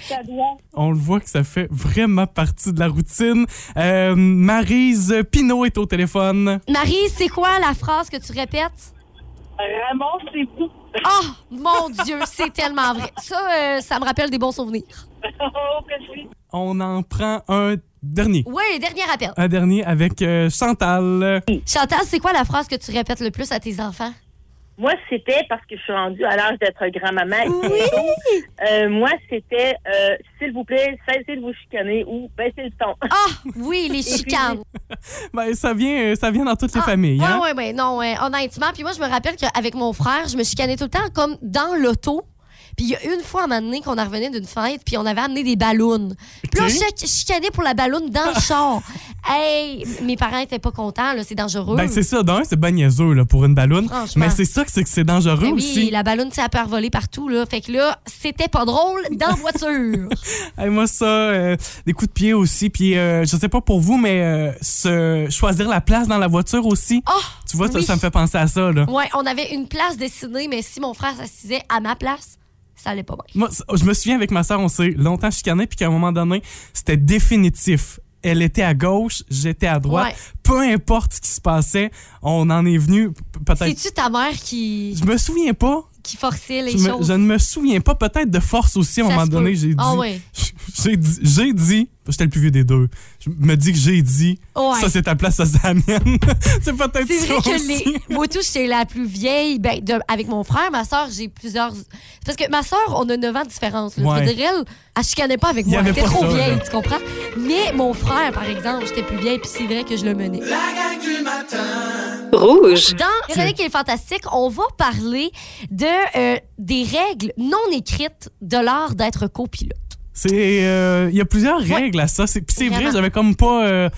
S10: ça doit.
S4: On le voit que ça fait vraiment partie de la routine. Euh, Marise Pinot est au téléphone.
S5: Marie, c'est quoi la phrase que tu répètes?
S10: Ramassez-vous.
S5: Oh, mon Dieu, c'est tellement vrai. Ça, euh, ça me rappelle des bons souvenirs.
S10: [LAUGHS] Oh, que oui.
S4: On en prend un dernier.
S5: Oui, dernier appel.
S4: Un dernier avec euh, Chantal.
S5: Chantal, c'est quoi la phrase que tu répètes le plus à tes enfants?
S10: Moi, c'était parce que je suis rendue à l'âge d'être grand-maman. et Euh, moi, c'était euh, s'il vous plaît, cessez de vous chicaner ou baissez le ton. [LAUGHS]
S5: Ah, oui, les chicanes.
S4: Ben, ça vient, euh, ça vient dans toutes les familles.
S5: Oui,
S4: hein?
S5: oui, oui. Non, euh, honnêtement. Puis moi, je me rappelle qu'avec mon frère, je me chicanais tout le temps comme dans l'auto. Puis il y a une fois à un moment donné qu'on en revenait d'une fête, puis on avait amené des ballons. Puis là, on
S4: Ok.
S5: chi- chicanait pour la ballonne dans
S4: [LAUGHS]
S5: le char. Hey, m- mes parents étaient pas contents, là, c'est dangereux.
S4: Ben, c'est ça, d'un, c'est ben niaiseux là, pour une balloune.
S5: Franchement.
S4: Mais c'est ça que c'est que c'est dangereux
S5: Ben oui,
S4: aussi.
S5: la ballonne, ça peut voler partout, là. Fait que là, c'était pas drôle dans
S4: [LAUGHS]
S5: la voiture.
S4: Hey, moi, ça, euh, des coups de pied aussi. Puis, euh, je sais pas pour vous, mais euh, se choisir la place dans la voiture aussi.
S5: Ah,
S4: tu vois, ça,
S5: oui.
S4: ça me fait penser à ça. Là.
S5: Ouais, on avait une place dessinée, mais si mon frère s'assisait à ma place, ça allait pas bien.
S4: Moi, c- je me souviens avec ma soeur, on s'est longtemps chicané, puis qu'à un moment donné, c'était définitif. Elle était à gauche, j'étais à droite.
S5: Ouais.
S4: Peu importe ce qui se passait, on en est venu p- peut-être.
S5: C'est-tu ta mère qui,
S4: Je me souviens pas.
S5: qui forçait les
S4: Je, me-
S5: choses?
S4: je ne me souviens pas. Peut-être de force aussi, à un
S5: Ça
S4: moment
S5: se
S4: donné,
S5: peut.
S4: j'ai dit.
S5: Ah ouais.
S4: [LAUGHS] J'ai dit. J'ai dit. J'étais le plus vieux des deux. Je me dis que j'ai dit.
S5: Ouais.
S4: Ça, c'est ta place, ça, c'est la mienne. [LAUGHS] c'est peut-être
S5: C'est
S4: ça
S5: vrai que
S4: aussi.
S5: les... moi tout, j'étais la plus vieille. Ben, de- avec mon frère, ma soeur, j'ai plusieurs. c'est Parce que ma soeur, on a 9 ans de différence. là. Je
S4: Ouais.
S5: veux dire, elle, elle chicanait pas avec
S4: Il y
S5: moi.
S4: avait
S5: Elle était
S4: pas
S5: trop
S4: ça, là.
S5: vieille, tu comprends? Mais mon frère, par exemple, j'étais plus vieille, puis c'est vrai que je le menais.
S1: La gang du matin.
S2: Rouge.
S5: Dans Véronique est fantastique, on va parler de, euh, des règles non écrites de l'art d'être copilote.
S4: C'est euh, il y a plusieurs règles à ça. C'est puis c'est vrai,
S5: Vraiment.
S4: j'avais comme pas euh,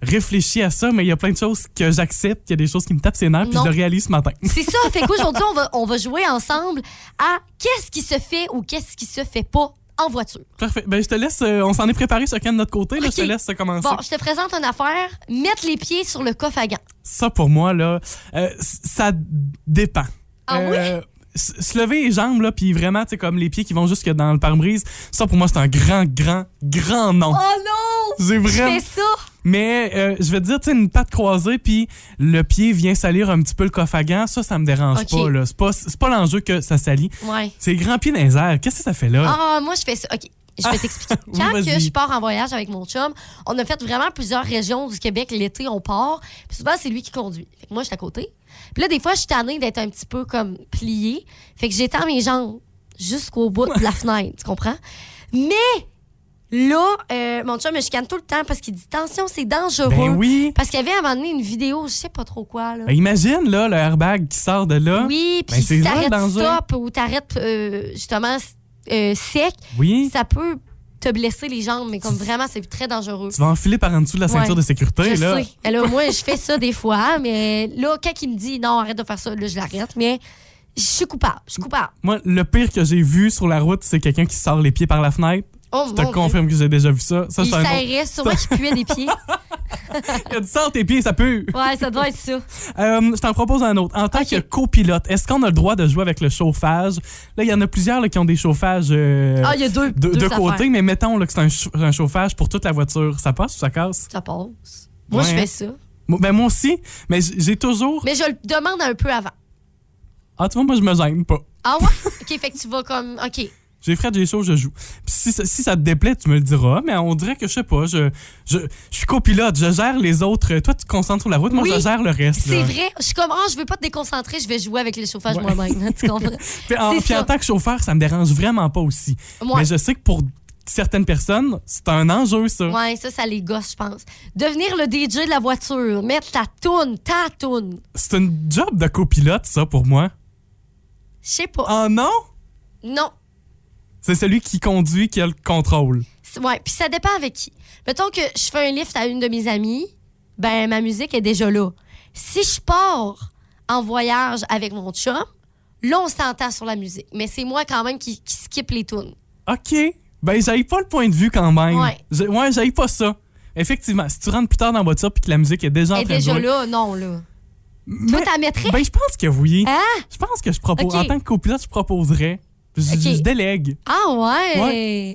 S4: réfléchi à ça, mais il y a plein de choses que j'accepte, il y a des choses qui me tapent ses nerfs, puis
S5: Non.
S4: je le réalise ce matin. [LAUGHS]
S5: C'est ça, fait qu'aujourd'hui, on va, on va jouer ensemble à qu'est-ce qui se fait ou qu'est-ce qui se fait pas en voiture.
S4: Parfait. Ben je te laisse euh, on s'en est préparé chacun de notre côté, là, je te
S5: Ok.
S4: laisse commencer.
S5: Bon, je te présente une affaire. Mettre les pieds sur le coffre à gants.
S4: Ça pour moi là, euh, c- ça dépend.
S5: Ah
S4: oui se se lever les jambes là puis vraiment tu sais comme les pieds qui vont jusque dans le pare-brise ça pour moi c'est un grand grand grand non
S5: Oh non!
S4: j'ai
S5: Je
S4: vraiment
S5: fais ça!
S4: mais euh, je vais te dire tu sais une patte croisée puis le pied vient salir un petit peu le coffre à gants ça ça me dérange
S5: Ok.
S4: pas là c'est pas c'est pas l'enjeu que ça salit
S5: Ouais.
S4: C'est grand pied dans les airs. Qu'est-ce que ça fait là?
S5: Ah, moi, je fais ça. OK. Je vais t'expliquer.
S4: Ah. [LAUGHS] Oui,
S5: Quand
S4: vas-y.
S5: que je pars en voyage avec mon chum, on a fait vraiment plusieurs régions du Québec. L'été, on part. Puis souvent, c'est lui qui conduit. Fait que moi, je suis à côté. Puis là, des fois, je suis tannée d'être un petit peu comme pliée. Fait que j'étends mes jambes jusqu'au bout
S4: [LAUGHS]
S5: de la fenêtre. Tu comprends? Mais là, euh, mon chum me chicane tout le temps parce qu'il dit Attention, c'est dangereux.
S4: ben oui.
S5: Parce qu'il y avait à un moment donné une vidéo, je sais pas trop quoi. Là.
S4: Ben, imagine là le airbag qui sort de là.
S5: Oui,
S4: Ben,
S5: puis
S4: c'est
S5: si
S4: ça, le
S5: t'arrêtes
S4: danger.
S5: stop ou t'arrêtes euh, justement euh, sec,
S4: Oui.
S5: ça peut te blesser les jambes, mais comme vraiment, c'est très dangereux.
S4: Tu vas enfiler par en dessous de la ceinture
S5: Ouais.
S4: de sécurité
S5: je
S4: là.
S5: sais. Mais là, moi, je fais ça des fois, mais là, quand il me dit non, arrête de faire ça, là, je l'arrête, mais je suis coupable. Je suis coupable.
S4: Moi le pire que j'ai vu sur la route c'est quelqu'un qui sort les pieds par la fenêtre.
S5: Oh,
S4: Je
S5: mon
S4: te
S5: Dieu.
S4: confirme que j'ai déjà vu ça. Ça
S5: Il
S4: c'est un bon.
S5: serrait, sûrement qu'il puait
S4: [LAUGHS]
S5: des pieds.
S4: Il a dit sors tes pieds ça pue.
S5: Ouais, ça doit être ça.
S4: Euh, je t'en propose un autre. En tant
S5: Ok.
S4: que copilote, est-ce qu'on a le droit de jouer avec le chauffage Là il y en a plusieurs là, qui ont des chauffages. euh,
S5: Ah, il y a deux.
S4: de,
S5: deux
S4: de
S5: affaires.
S4: côté, mais mettons là, que c'est un, ch- un chauffage pour toute la voiture. Ça passe ou ça casse?
S5: Ça passe. Moi,
S4: Ouais,
S5: je
S4: hein.
S5: fais ça.
S4: Moi- Ben, moi aussi, mais j- j'ai toujours.
S5: Mais je le demande un peu avant.
S4: Ah, tu vois, moi, je me gêne pas.
S5: Ah ouais? OK, fait que tu vas comme... OK.
S4: J'ai fait des choses, je joue. Puis si, ça- si ça te déplaît, tu me le diras, mais on dirait que je sais pas, je, je, je suis copilote, je gère les autres. Toi, tu te concentres sur la route, moi,
S5: Oui,
S4: je gère le reste.
S5: C'est
S4: là.
S5: vrai. Je suis comme, ah, je veux pas te déconcentrer, je vais jouer avec le chauffage
S4: Ouais.
S5: moi-même. hein,
S4: [LAUGHS]
S5: tu comprends?
S4: Puis en,
S5: C'est
S4: puis en
S5: ça.
S4: tant que chauffeur, ça me dérange vraiment pas aussi.
S5: Moi.
S4: Mais je sais que pour certaines personnes, c'est un enjeu, ça.
S5: Ouais, ça, ça les gosse, je pense. Devenir le DJ de la voiture, mettre ta toune, ta toune.
S4: C'est une job de copilote, ça, pour moi.
S5: Je sais pas.
S4: Oh non?
S5: Non.
S4: C'est celui qui conduit qui a le contrôle.
S5: C'est- Ouais, puis ça dépend avec qui. Mettons que je fais un lift à une de mes amies, ben ma musique est déjà là. Si je pars en voyage avec mon chum, là, on s'entend sur la musique. Mais c'est moi quand même qui, qui skip les tunes.
S4: OK. Ben, j'aille pas le point de vue quand même.
S5: Ouais.
S4: J'ai- ouais, j'aille pas ça. Effectivement, si tu rentres plus tard dans la voiture puis que la musique est déjà en
S5: Elle est
S4: train de
S5: déjà
S4: jouer-
S5: là, non, là.
S4: Mais-
S5: Toi, t'en mettrais?
S4: Ben, je pense que oui.
S5: Hein?
S4: Je pense que je propose.
S5: Ok.
S4: En tant que copilote, je proposerais. Je, je-
S5: Ok.
S4: je délègue.
S5: Ah ouais?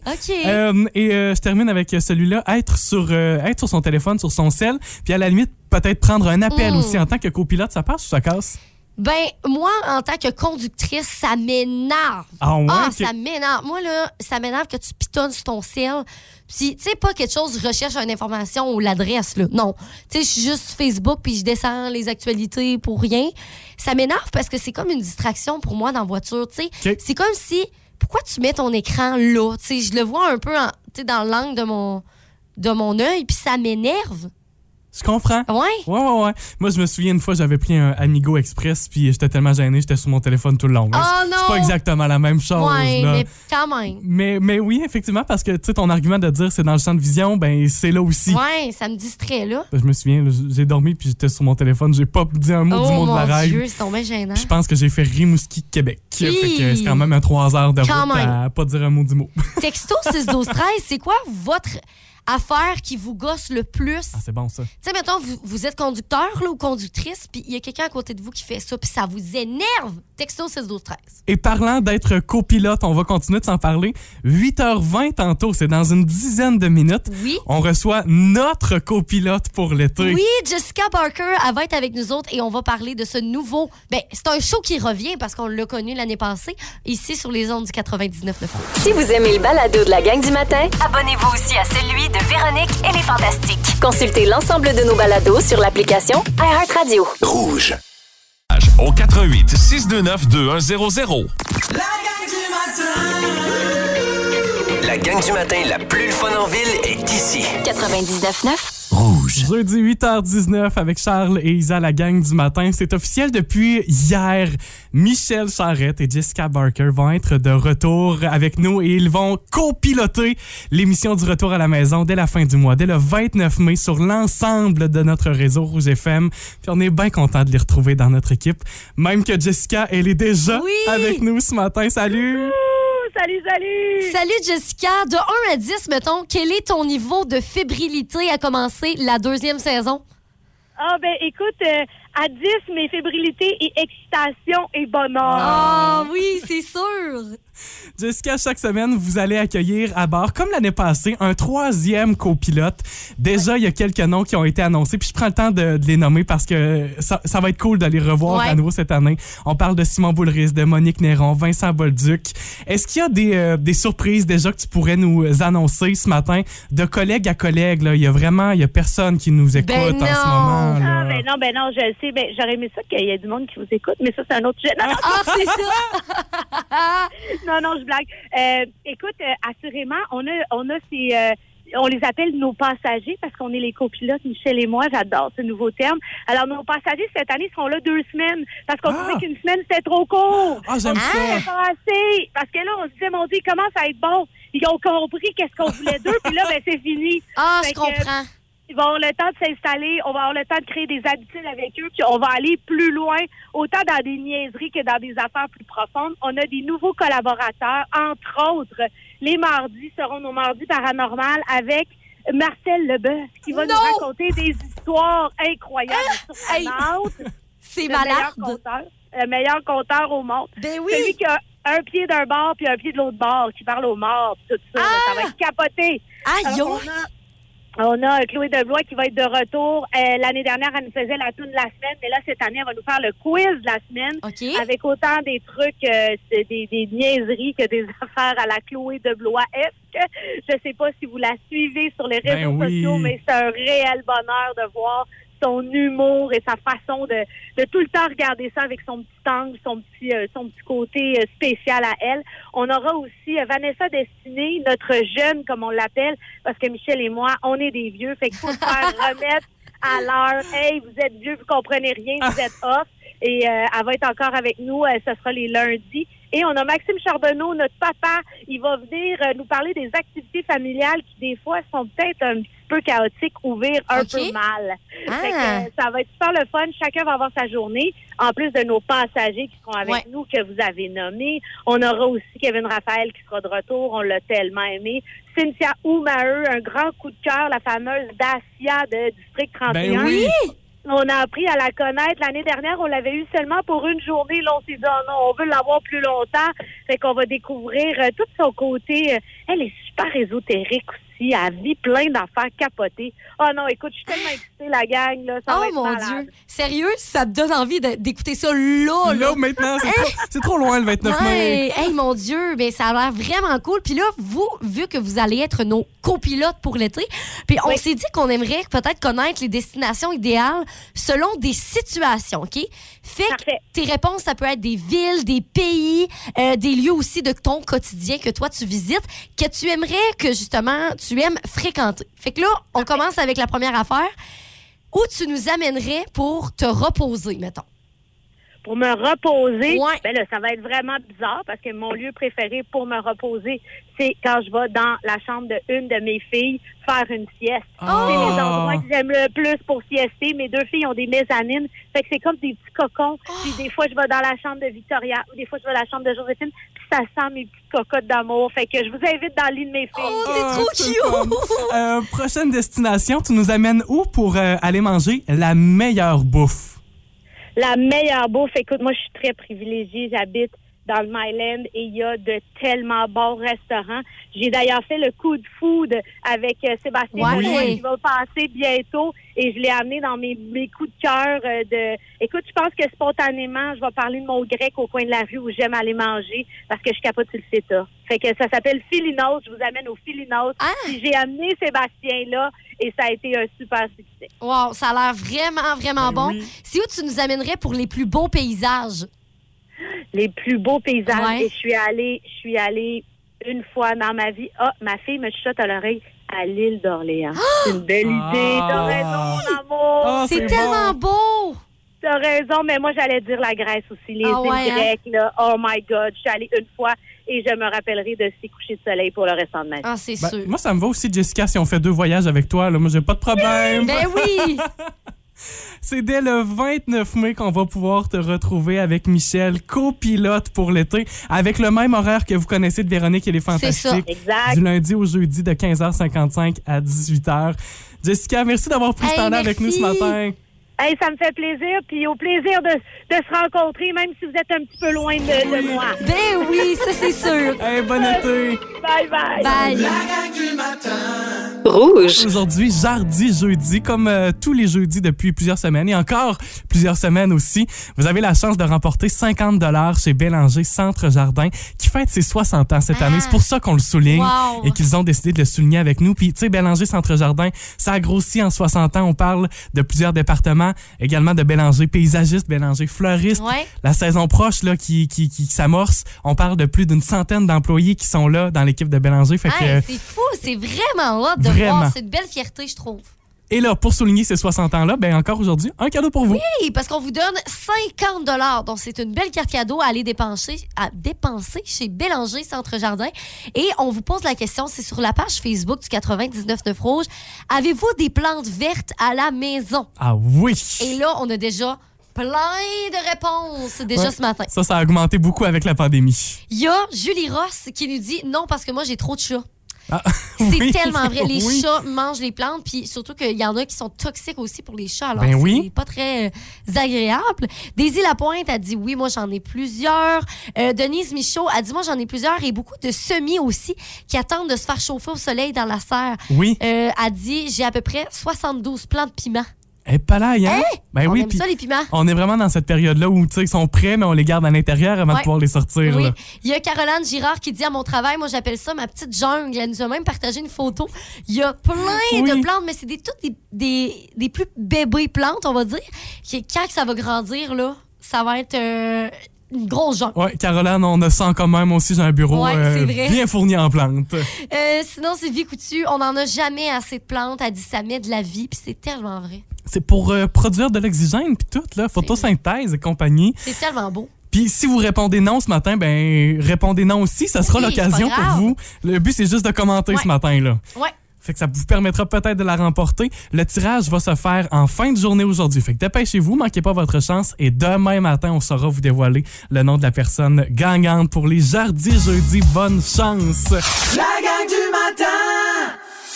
S5: OK.
S4: Euh, et euh, je termine avec euh, celui-là être sur, euh, être sur son téléphone, sur son cell, puis à la limite, peut-être prendre un appel
S5: Mm.
S4: aussi. En tant que copilote, ça passe ou ça casse?
S5: Ben, moi, en tant que conductrice, ça m'énerve.
S4: Ah, ouais,
S5: Ah,
S4: ok.
S5: ça m'énerve. Moi, là, ça m'énerve que tu pitonnes sur ton ciel. Puis, tu sais, pas quelque chose, je recherche une information ou l'adresse, là. Non. Tu sais, je suis juste sur Facebook, puis je descends les actualités pour rien. Ça m'énerve parce que c'est comme une distraction pour moi dans la voiture, tu sais.
S4: Ok.
S5: C'est comme si... Pourquoi tu mets ton écran là? Tu sais, je le vois un peu en- tu sais, dans l'angle de mon, de mon œil, puis ça m'énerve.
S4: Je comprends.
S5: Ouais.
S4: Ouais, ouais, ouais. Moi, je me souviens une fois, j'avais pris un Amigo Express, puis j'étais tellement gêné, j'étais sur mon téléphone tout le long.
S5: Oh,
S4: C'est- C'est
S5: non!
S4: pas exactement la même chose.
S5: ouais,
S4: là.
S5: mais quand même.
S4: Mais, mais oui, effectivement, parce que tu sais, ton argument de dire c'est dans le champ de vision, ben c'est là aussi.
S5: Ouais, ça me distrait, là.
S4: Je me souviens, là, j'ai dormi puis j'étais sur mon téléphone, j'ai pas dit un mot du
S5: Oh
S4: mot de la
S5: mon
S4: règle.
S5: Dieu, c'est tombé gênant.
S4: Puis je pense que j'ai fait Rimouski, Québec. Fait que c'est quand même un 3 heures de
S5: Quand
S4: route à pas dire un mot du mot. [LAUGHS]
S5: Texto 6 12 13, c'est quoi votre affaire qui vous gosse le plus?
S4: Ah, c'est bon ça.
S5: Tu sais, mettons, vous, vous êtes conducteur là, ou conductrice, puis il y a quelqu'un à côté de vous qui fait ça, puis ça vous énerve. Texto 6 12 13.
S4: Et parlant d'être copilote, on va continuer de s'en parler. 8h20 tantôt, c'est dans une dizaine de minutes.
S5: Oui.
S4: On reçoit notre copilote pour l'été.
S5: Oui, Jessica Barker, elle va être avec nous autres et on va parler de ce nouveau. Ben, c'est un show qui revient parce qu'on l'a connu l'année passée, ici sur les ondes du 99 de
S2: Si vous aimez le balado de la gang du matin,
S3: Abonnez-vous aussi à celui de Véronique et les Fantastiques.
S2: consultez l'ensemble de nos balados sur l'application iHeartRadio.
S6: Rouge. Au 88 629 2100.
S1: La gang du matin.
S9: La gang du matin la plus fun en ville est ici.
S2: 99.9.
S4: Jeudi 8h19 avec Charles et Isa, la gang du matin. C'est officiel depuis hier. Michel Charrette et Jessica Barker vont être de retour avec nous et ils vont copiloter l'émission du retour à la maison dès la fin du mois, dès le 29 mai sur l'ensemble de notre réseau Rouge FM. Puis on est bien content de les retrouver dans notre équipe. Même que Jessica, elle est déjà
S5: Oui.
S4: avec nous ce matin. Salut!
S10: Oh, Salut, salut!
S5: Salut Jessica, de 1 à 10, mettons, quel est ton niveau de fébrilité à commencer la deuxième saison?
S10: Ah, ben écoute, euh, à 10, mes fébrilités et excitation et bonheur.
S5: Ah oui, c'est sûr.
S4: Jessica, chaque semaine, vous allez accueillir à bord, comme l'année passée, un troisième copilote. Déjà, il y a quelques noms qui ont été annoncés, puis je prends le temps de, de les nommer parce que ça, ça va être cool de les revoir
S5: Ouais.
S4: à nouveau cette année. On parle de Simon Boulris, de Monique Néron, Vincent Bolduc. Est-ce qu'il y a des, euh, des surprises déjà que tu pourrais nous annoncer ce matin, de collègue à collègue? Là? Il y a vraiment, il y a personne qui nous écoute
S5: Ben
S4: en ce
S5: non.
S4: moment. là.
S10: Ah, ben non, ben non, je le sais. Ben, j'aurais aimé ça qu'il y ait du monde qui vous écoute, mais ça, c'est un autre sujet. Non, non,
S5: Ah, c'est ça.
S10: non, non, je blague. Euh, écoute, euh, assurément, on a, on a ces. euh, on les appelle nos passagers parce qu'on est les copilotes, Michel et moi. J'adore ce nouveau terme. Alors, nos passagers, cette année, seront là deux semaines parce qu'on
S4: Ah!
S10: trouvait qu'une semaine, c'était trop court.
S4: Ah, j'aime
S10: Ah,
S4: ça.
S5: Hein?
S10: pas assez. Parce que là, on se disait, mon Dieu, comment ça va être bon? Ils ont compris qu'est-ce qu'on voulait d'eux, puis là, ben, c'est fini.
S5: [LAUGHS] Ah, je
S10: Fait que-
S5: comprends.
S10: Ils vont avoir le temps de s'installer, on va avoir le temps de créer des habitudes avec eux, puis on va aller plus loin, autant dans des niaiseries que dans des affaires plus profondes. On a des nouveaux collaborateurs, entre autres, les mardis seront nos mardis paranormal avec Marcel Leboeuf, qui va
S5: Non! Ah!
S10: nous raconter des histoires incroyables sur
S5: Hey!
S10: Nantes,
S5: C'est
S10: le
S5: malade.
S10: meilleur conteur, le meilleur conteur au monde.
S5: Ben
S10: Celui
S5: oui.
S10: qui a un pied d'un bord
S5: Ah!
S10: puis un pied de l'autre bord, qui parle aux morts, puis tout ça. là, ça va être capoté.
S5: Aïe,
S10: Alors,
S5: Ah, yo.
S10: on a- On a Chloé Deblois qui va être de retour. Euh, L'année dernière, elle nous faisait la tune de la semaine, mais là, cette année, elle va nous faire le quiz de la semaine.
S5: OK.
S10: Avec autant des trucs, euh, c'est des, des niaiseries que des [LAUGHS] affaires à la Chloé de Blois-esque. Je sais pas si vous la suivez sur les réseaux
S4: Ben oui.
S10: sociaux, mais c'est un réel bonheur de voir son humour et sa façon de, de tout le temps regarder ça avec son petit angle, son petit, euh, son petit côté euh, spécial à elle. On aura aussi euh, Vanessa Destinée, notre jeune, comme on l'appelle, parce que Michel et moi, on est des vieux, fait qu'il faut se faire remettre à l'heure. Hey, vous êtes vieux, vous comprenez rien, vous êtes off. Et euh, elle va être encore avec nous. euh, ce sera les lundis. Et on a Maxime Charbonneau, notre papa. Il va venir euh, nous parler des activités familiales qui, des fois, sont peut-être un petit peu chaotiques ou virent un
S5: Ok.
S10: peu mal.
S5: Ah.
S10: Fait que, euh, ça va être super le fun. Chacun va avoir sa journée. En plus de nos passagers qui seront avec
S5: Ouais.
S10: nous, que vous avez nommés. On aura aussi Kevin Raphaël qui sera de retour. On l'a tellement aimé. Cynthia Oumaheu, un grand coup de cœur, la fameuse Dacia de District 31.
S4: Ben oui.
S10: On a appris à la connaître. L'année dernière, on l'avait eu seulement pour une journée. Là, on s'est dit, oh non, on veut l'avoir plus longtemps. Fait qu'on va découvrir euh, tout son côté. Euh, elle est super ésotérique aussi. Elle vit plein d'affaires capotées. Oh non, écoute, je
S5: [GASPS]
S10: suis tellement excitée, la gang. Là, ça va
S5: Oh
S10: être
S5: mon
S10: malade.
S5: Dieu. Sérieux, ça me donne envie de- d'écouter ça là, là.
S4: Là, maintenant, c'est trop, c'est trop loin le 29 mai.
S5: Hein? Ouais. Hey, mon Dieu, ben, ça a l'air vraiment cool. Puis là, vous, vu que vous allez être nos copilotes pour l'été, puis on
S10: Oui.
S5: s'est dit qu'on aimerait peut-être connaître les destinations idéales selon des situations, OK? Fait que
S10: Parfait.
S5: tes réponses, ça peut être des villes, des pays, euh, des lieux aussi de ton quotidien que toi, tu visites, que tu aimerais que, justement, tu aimes fréquenter. Fait que là, on commence avec la première affaire. Où tu nous amènerais pour te reposer, mettons?
S10: pour me reposer,
S5: Ouais.
S10: ben là, ça va être vraiment bizarre parce que mon lieu préféré pour me reposer, c'est quand je vais dans la chambre de une de mes filles faire une sieste.
S4: Ah.
S10: C'est les endroits que j'aime le plus pour siester. Mes deux filles ont des mezzanines. Fait que c'est comme des petits cocons. Puis des fois, je vais dans la chambre de Victoria ou des fois, je vais dans la chambre de Joséphine. Puis ça sent mes petites cocottes d'amour. Fait que je vous invite dans l'île de mes filles.
S5: Oh, c'est
S4: Ah,
S5: trop
S4: c'est
S5: cute!
S4: le fun.
S5: [LAUGHS]
S4: Euh, prochaine destination, tu nous amènes où pour euh, aller manger la meilleure bouffe?
S10: La meilleure bouffe. Écoute, moi, je suis très privilégiée. J'habite dans le Myland et il y a de tellement bons restaurants. J'ai d'ailleurs fait le coup de food avec euh, Sébastien
S5: Ouais.
S10: Benoît
S5: Oui.
S10: qui va passer bientôt et je l'ai amené dans mes, mes coups de cœur euh, de... Écoute, je pense que spontanément, je vais parler de mon grec au coin de la rue où j'aime aller manger parce que je capote sur le feta. Fait que ça s'appelle Filinos. Je vous amène au Filinos.
S5: Ah!
S10: Puis J'ai amené Sébastien là et ça a été un super succès.
S5: Wow, ça a l'air vraiment, vraiment
S4: Ben
S5: bon. C'est où tu nous amènerais pour les plus beaux paysages?
S10: les plus beaux paysages.
S5: Ouais.
S10: Et je suis allée, je suis allée une fois dans ma vie. Ah, ma fille me chuchote à l'oreille à l'île d'Orléans.
S5: Ah!
S10: C'est une belle idée.
S4: Ah.
S10: T'as raison, mon amour.
S4: Ah,
S5: c'est tellement beau!
S10: T'as raison, mais moi, j'allais dire la Grèce aussi. Les
S5: Ah
S10: îles
S5: ouais, hein?
S10: grecques, là. Oh my God. Je suis allée une fois et je me rappellerai de ces couchers de soleil pour le restant de ma vie.
S5: Ah, c'est
S4: Ben,
S5: sûr.
S4: moi, ça me va aussi, Jessica, si on fait deux voyages avec toi. Là, moi, j'ai pas de problème.
S5: Ben oui!
S4: C'est dès le 29 mai qu'on va pouvoir te retrouver avec Michel, copilote pour l'été, avec le même horaire que vous connaissez de Véronique et les Fantastiques.
S10: Exact.
S4: Du lundi au jeudi de 15h55 à 18h. Jessica, merci d'avoir pris ce
S5: Hey,
S4: temps-là avec nous ce
S5: merci.
S4: matin.
S10: Hey, ça me fait plaisir. Puis au plaisir de, de se rencontrer, même si vous êtes un petit peu loin de, de moi.
S5: Ben oui, ça
S4: [LAUGHS]
S5: c'est sûr!
S4: Hey, bon été.
S10: Bye bye.
S5: Bye!
S2: Rouge.
S4: Aujourd'hui, jardi jeudi, comme euh, tous les jeudis depuis plusieurs semaines et encore plusieurs semaines aussi, vous avez la chance de remporter 50 dollars chez Bélanger Centre Jardin qui fête ses 60 ans cette
S5: Ah.
S4: année. C'est pour ça qu'on le souligne
S5: Wow.
S4: et qu'ils ont décidé de le souligner avec nous. Puis, tu sais, Bélanger Centre Jardin, ça a grossi en 60 ans. On parle de plusieurs départements, également de Bélanger paysagiste, Bélanger fleuriste,
S5: Ouais.
S4: la saison proche là, qui, qui, qui s'amorce. On parle de plus d'une centaine d'employés qui sont là dans l'équipe de Bélanger. Fait que,
S5: Hey, c'est fou, c'est vraiment hot de
S4: Vraiment.
S5: voir. C'est une belle fierté, je trouve.
S4: Et là, pour souligner ces 60 ans-là, ben encore aujourd'hui, un cadeau pour vous.
S5: Hey, parce qu'on vous donne 50 donc c'est une belle carte cadeau à aller dépenser, à dépenser chez Bélanger Centre Jardin. Et on vous pose la question, c'est sur la page Facebook du 99.9 Rouge. Avez-vous des plantes vertes à la maison?
S4: Ah oui!
S5: Et là, on a déjà plein de réponses déjà
S4: Ouais.
S5: ce matin.
S4: Ça, ça a augmenté beaucoup avec la pandémie.
S5: Il y a Julie Ross qui nous dit non parce que moi j'ai trop de chats.
S4: Ah,
S5: [LAUGHS] C'est
S4: oui,
S5: tellement vrai. Les
S4: oui.
S5: chats mangent les plantes, puis surtout qu'il y en a qui sont toxiques aussi pour les chats. Alors,
S4: Ben
S5: c'est
S4: oui.
S5: pas très euh, agréable. Daisy Lapointe a dit Oui, moi, j'en ai plusieurs. Euh, Denise Michaud a dit Moi, j'en ai plusieurs. Et beaucoup de semis aussi qui attendent de se faire chauffer au soleil dans la serre.
S4: Oui.
S5: Euh, a dit J'ai à peu près 72 plants de piments.
S4: Eh, pas là, hein? Ben
S5: On
S4: oui,
S5: aime
S4: puis
S5: ça, les piments.
S4: on est vraiment dans cette période-là où, tu sais, ils sont prêts, mais on les garde à l'intérieur avant
S5: Ouais.
S4: de pouvoir les sortir,
S5: Oui.
S4: là.
S5: Il y a Caroline Girard qui dit à mon travail, moi j'appelle ça ma petite jungle. Elle nous a même partagé une photo. Il y a plein
S4: Oui.
S5: de plantes, mais c'est des, toutes des, des, des plus bébés plantes, on va dire. Qui, quand que ça va grandir, là, ça va être euh, une grosse jungle.
S4: Ouais, Caroline, on a ça en commun. Moi aussi, j'ai un bureau
S5: Ouais,
S4: euh,
S5: c'est vrai.
S4: bien fourni en
S5: [LAUGHS]
S4: plantes.
S5: Euh, sinon, c'est vie coutue. On n'en a jamais assez de plantes. Elle dit ça met de la vie, puis c'est tellement vrai.
S4: C'est pour euh, produire de l'oxygène, puis tout, là, photosynthèse et compagnie.
S5: C'est
S4: [LAUGHS]
S5: tellement beau.
S4: Puis si vous répondez non ce matin, ben répondez non aussi, ça sera
S5: Oui,
S4: l'occasion
S5: c'est pas
S4: pour
S5: grave.
S4: vous. Le but c'est juste de commenter
S5: Ouais.
S4: ce matin là.
S5: Ouais.
S4: Fait que ça vous permettra peut-être de la remporter. Le tirage va se faire en fin de journée aujourd'hui. Fait que dépêchez-vous, manquez pas votre chance et demain matin, on saura vous dévoiler le nom de la personne gagnante pour les jardis jeudi. Bonne chance.
S1: La gang du matin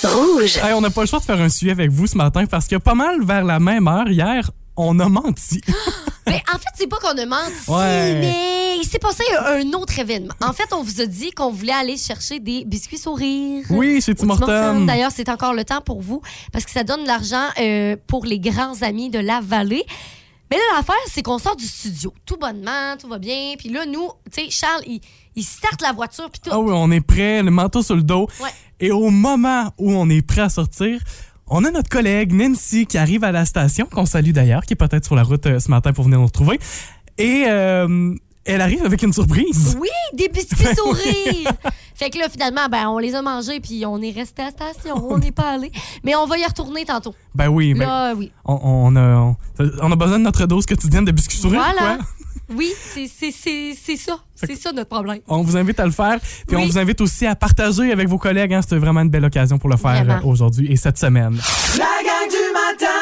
S2: Rouge.
S4: Hey, on n'a pas le choix de faire un suivi avec vous ce matin parce que pas mal vers la même heure hier, on a
S5: [LAUGHS]
S4: menti.
S5: Mais en fait, c'est pas qu'on a menti,
S4: Ouais.
S5: mais il s'est passé un autre événement. En fait, on vous a dit qu'on voulait aller chercher des biscuits sourires.
S4: Oui, chez Tim
S5: Tim Hortons.
S4: Hortons.
S5: D'ailleurs, c'est encore le temps pour vous parce que ça donne de l'argent euh, pour les grands amis de la vallée. Mais là, l'affaire, c'est qu'on sort du studio. Tout bonnement, tout va bien. Puis là, nous, tu sais, Charles, il, il starte la voiture, puis tout.
S4: Ah oui, on est prêt, le manteau sur le dos.
S5: Ouais.
S4: Et au moment où on est prêt à sortir, on a notre collègue Nancy qui arrive à la station, qu'on salue d'ailleurs, qui est peut-être sur la route euh, ce matin pour venir nous retrouver. Et euh, elle arrive avec une surprise.
S5: Oui, des
S4: [LAUGHS]
S5: biscuits sourires! fait que là, finalement, ben, on les a mangés, puis on est resté à la station. On n'est pas allé. Mais on va y retourner tantôt.
S4: Ben oui, ben,
S5: Là, oui.
S4: on, on a, on, on a besoin de notre dose quotidienne de biscuits sourires.
S5: Voilà.
S4: quoi.
S5: Oui, c'est- c'est c'est- c'est ça. C'est ça notre problème.
S4: On vous invite à le faire. Puis on
S5: Oui.
S4: vous invite aussi à partager avec vos collègues. hein. C'était vraiment une belle occasion pour le faire
S5: Vraiment.
S4: euh, aujourd'hui et cette semaine.
S1: La gang du matin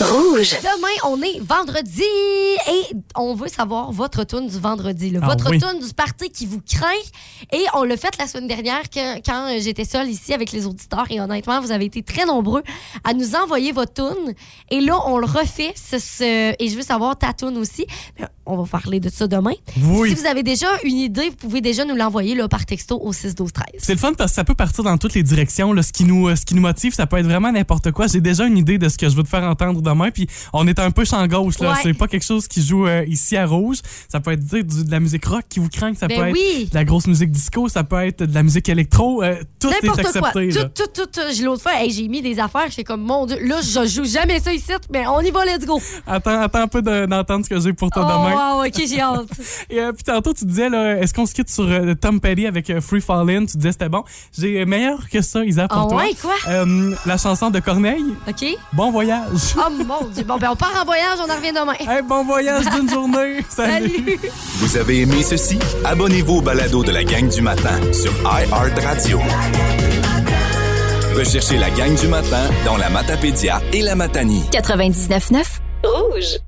S2: Rouge.
S5: Demain, on est vendredi et on veut savoir votre tune du vendredi. là.
S4: Ah
S5: votre
S4: oui.
S5: tune du party qui vous craint. Et on l'a fait la semaine dernière que- quand euh, j'étais seule ici avec les auditeurs. Et honnêtement, vous avez été très nombreux à nous envoyer votre tune. Et là, on le refait. ce- ce- et je veux savoir ta tune aussi. Mais on va parler de ça demain.
S4: Oui.
S5: Si vous avez déjà une idée, vous pouvez déjà nous l'envoyer là, par texto au 6-12-13.
S4: C'est le fun parce que ça peut partir dans toutes les directions. Là. Ce, qui nous, euh, ce qui nous motive, ça peut être vraiment n'importe quoi. J'ai déjà une idée de ce que je veux te faire entendre demain. Puis on est un peu champ gauche. là.
S5: Ouais.
S4: C'est pas quelque chose qui joue euh, ici à Rouge. Ça peut être dire, du- de la musique rock qui vous craint. Ça peut
S5: Ben
S4: être
S5: oui!
S4: de la grosse musique disco. Ça peut être de la musique électro. euh, tout est
S5: N'importe quoi.
S4: accepté. là.
S5: Tout, tout, tout, tout. J'ai L'autre fois, hey, j'ai mis des affaires. J'ai comme, mon Dieu, là, je joue jamais ça ici, mais on y va, let's go.
S4: Attends, attends un peu de- d'entendre ce que j'ai
S5: Oh.
S4: pour toi demain.
S5: wow, ok, j'ai hâte.
S4: Et euh, puis tantôt, tu disais, là, est-ce qu'on se quitte sur euh, Tom Petty avec euh, Free Fallin'? Tu disais, c'était bon. J'ai euh, meilleur que ça, Isa, pour
S5: Ah
S4: toi.
S5: ouais, quoi?
S4: Euh, la chanson de Corneille,
S5: OK?
S4: Bon voyage.
S5: Oh mon Dieu. Bon, ben, on part en voyage, on en revient demain.
S4: Hey, bon voyage d'une journée.
S5: Salut!
S11: Vous avez aimé ceci? Abonnez-vous au balado de la gang du matin sur iHeartRadio. Recherchez la gang du matin dans la Matapédia et la Matanie.
S3: 99.9.
S2: Rouge.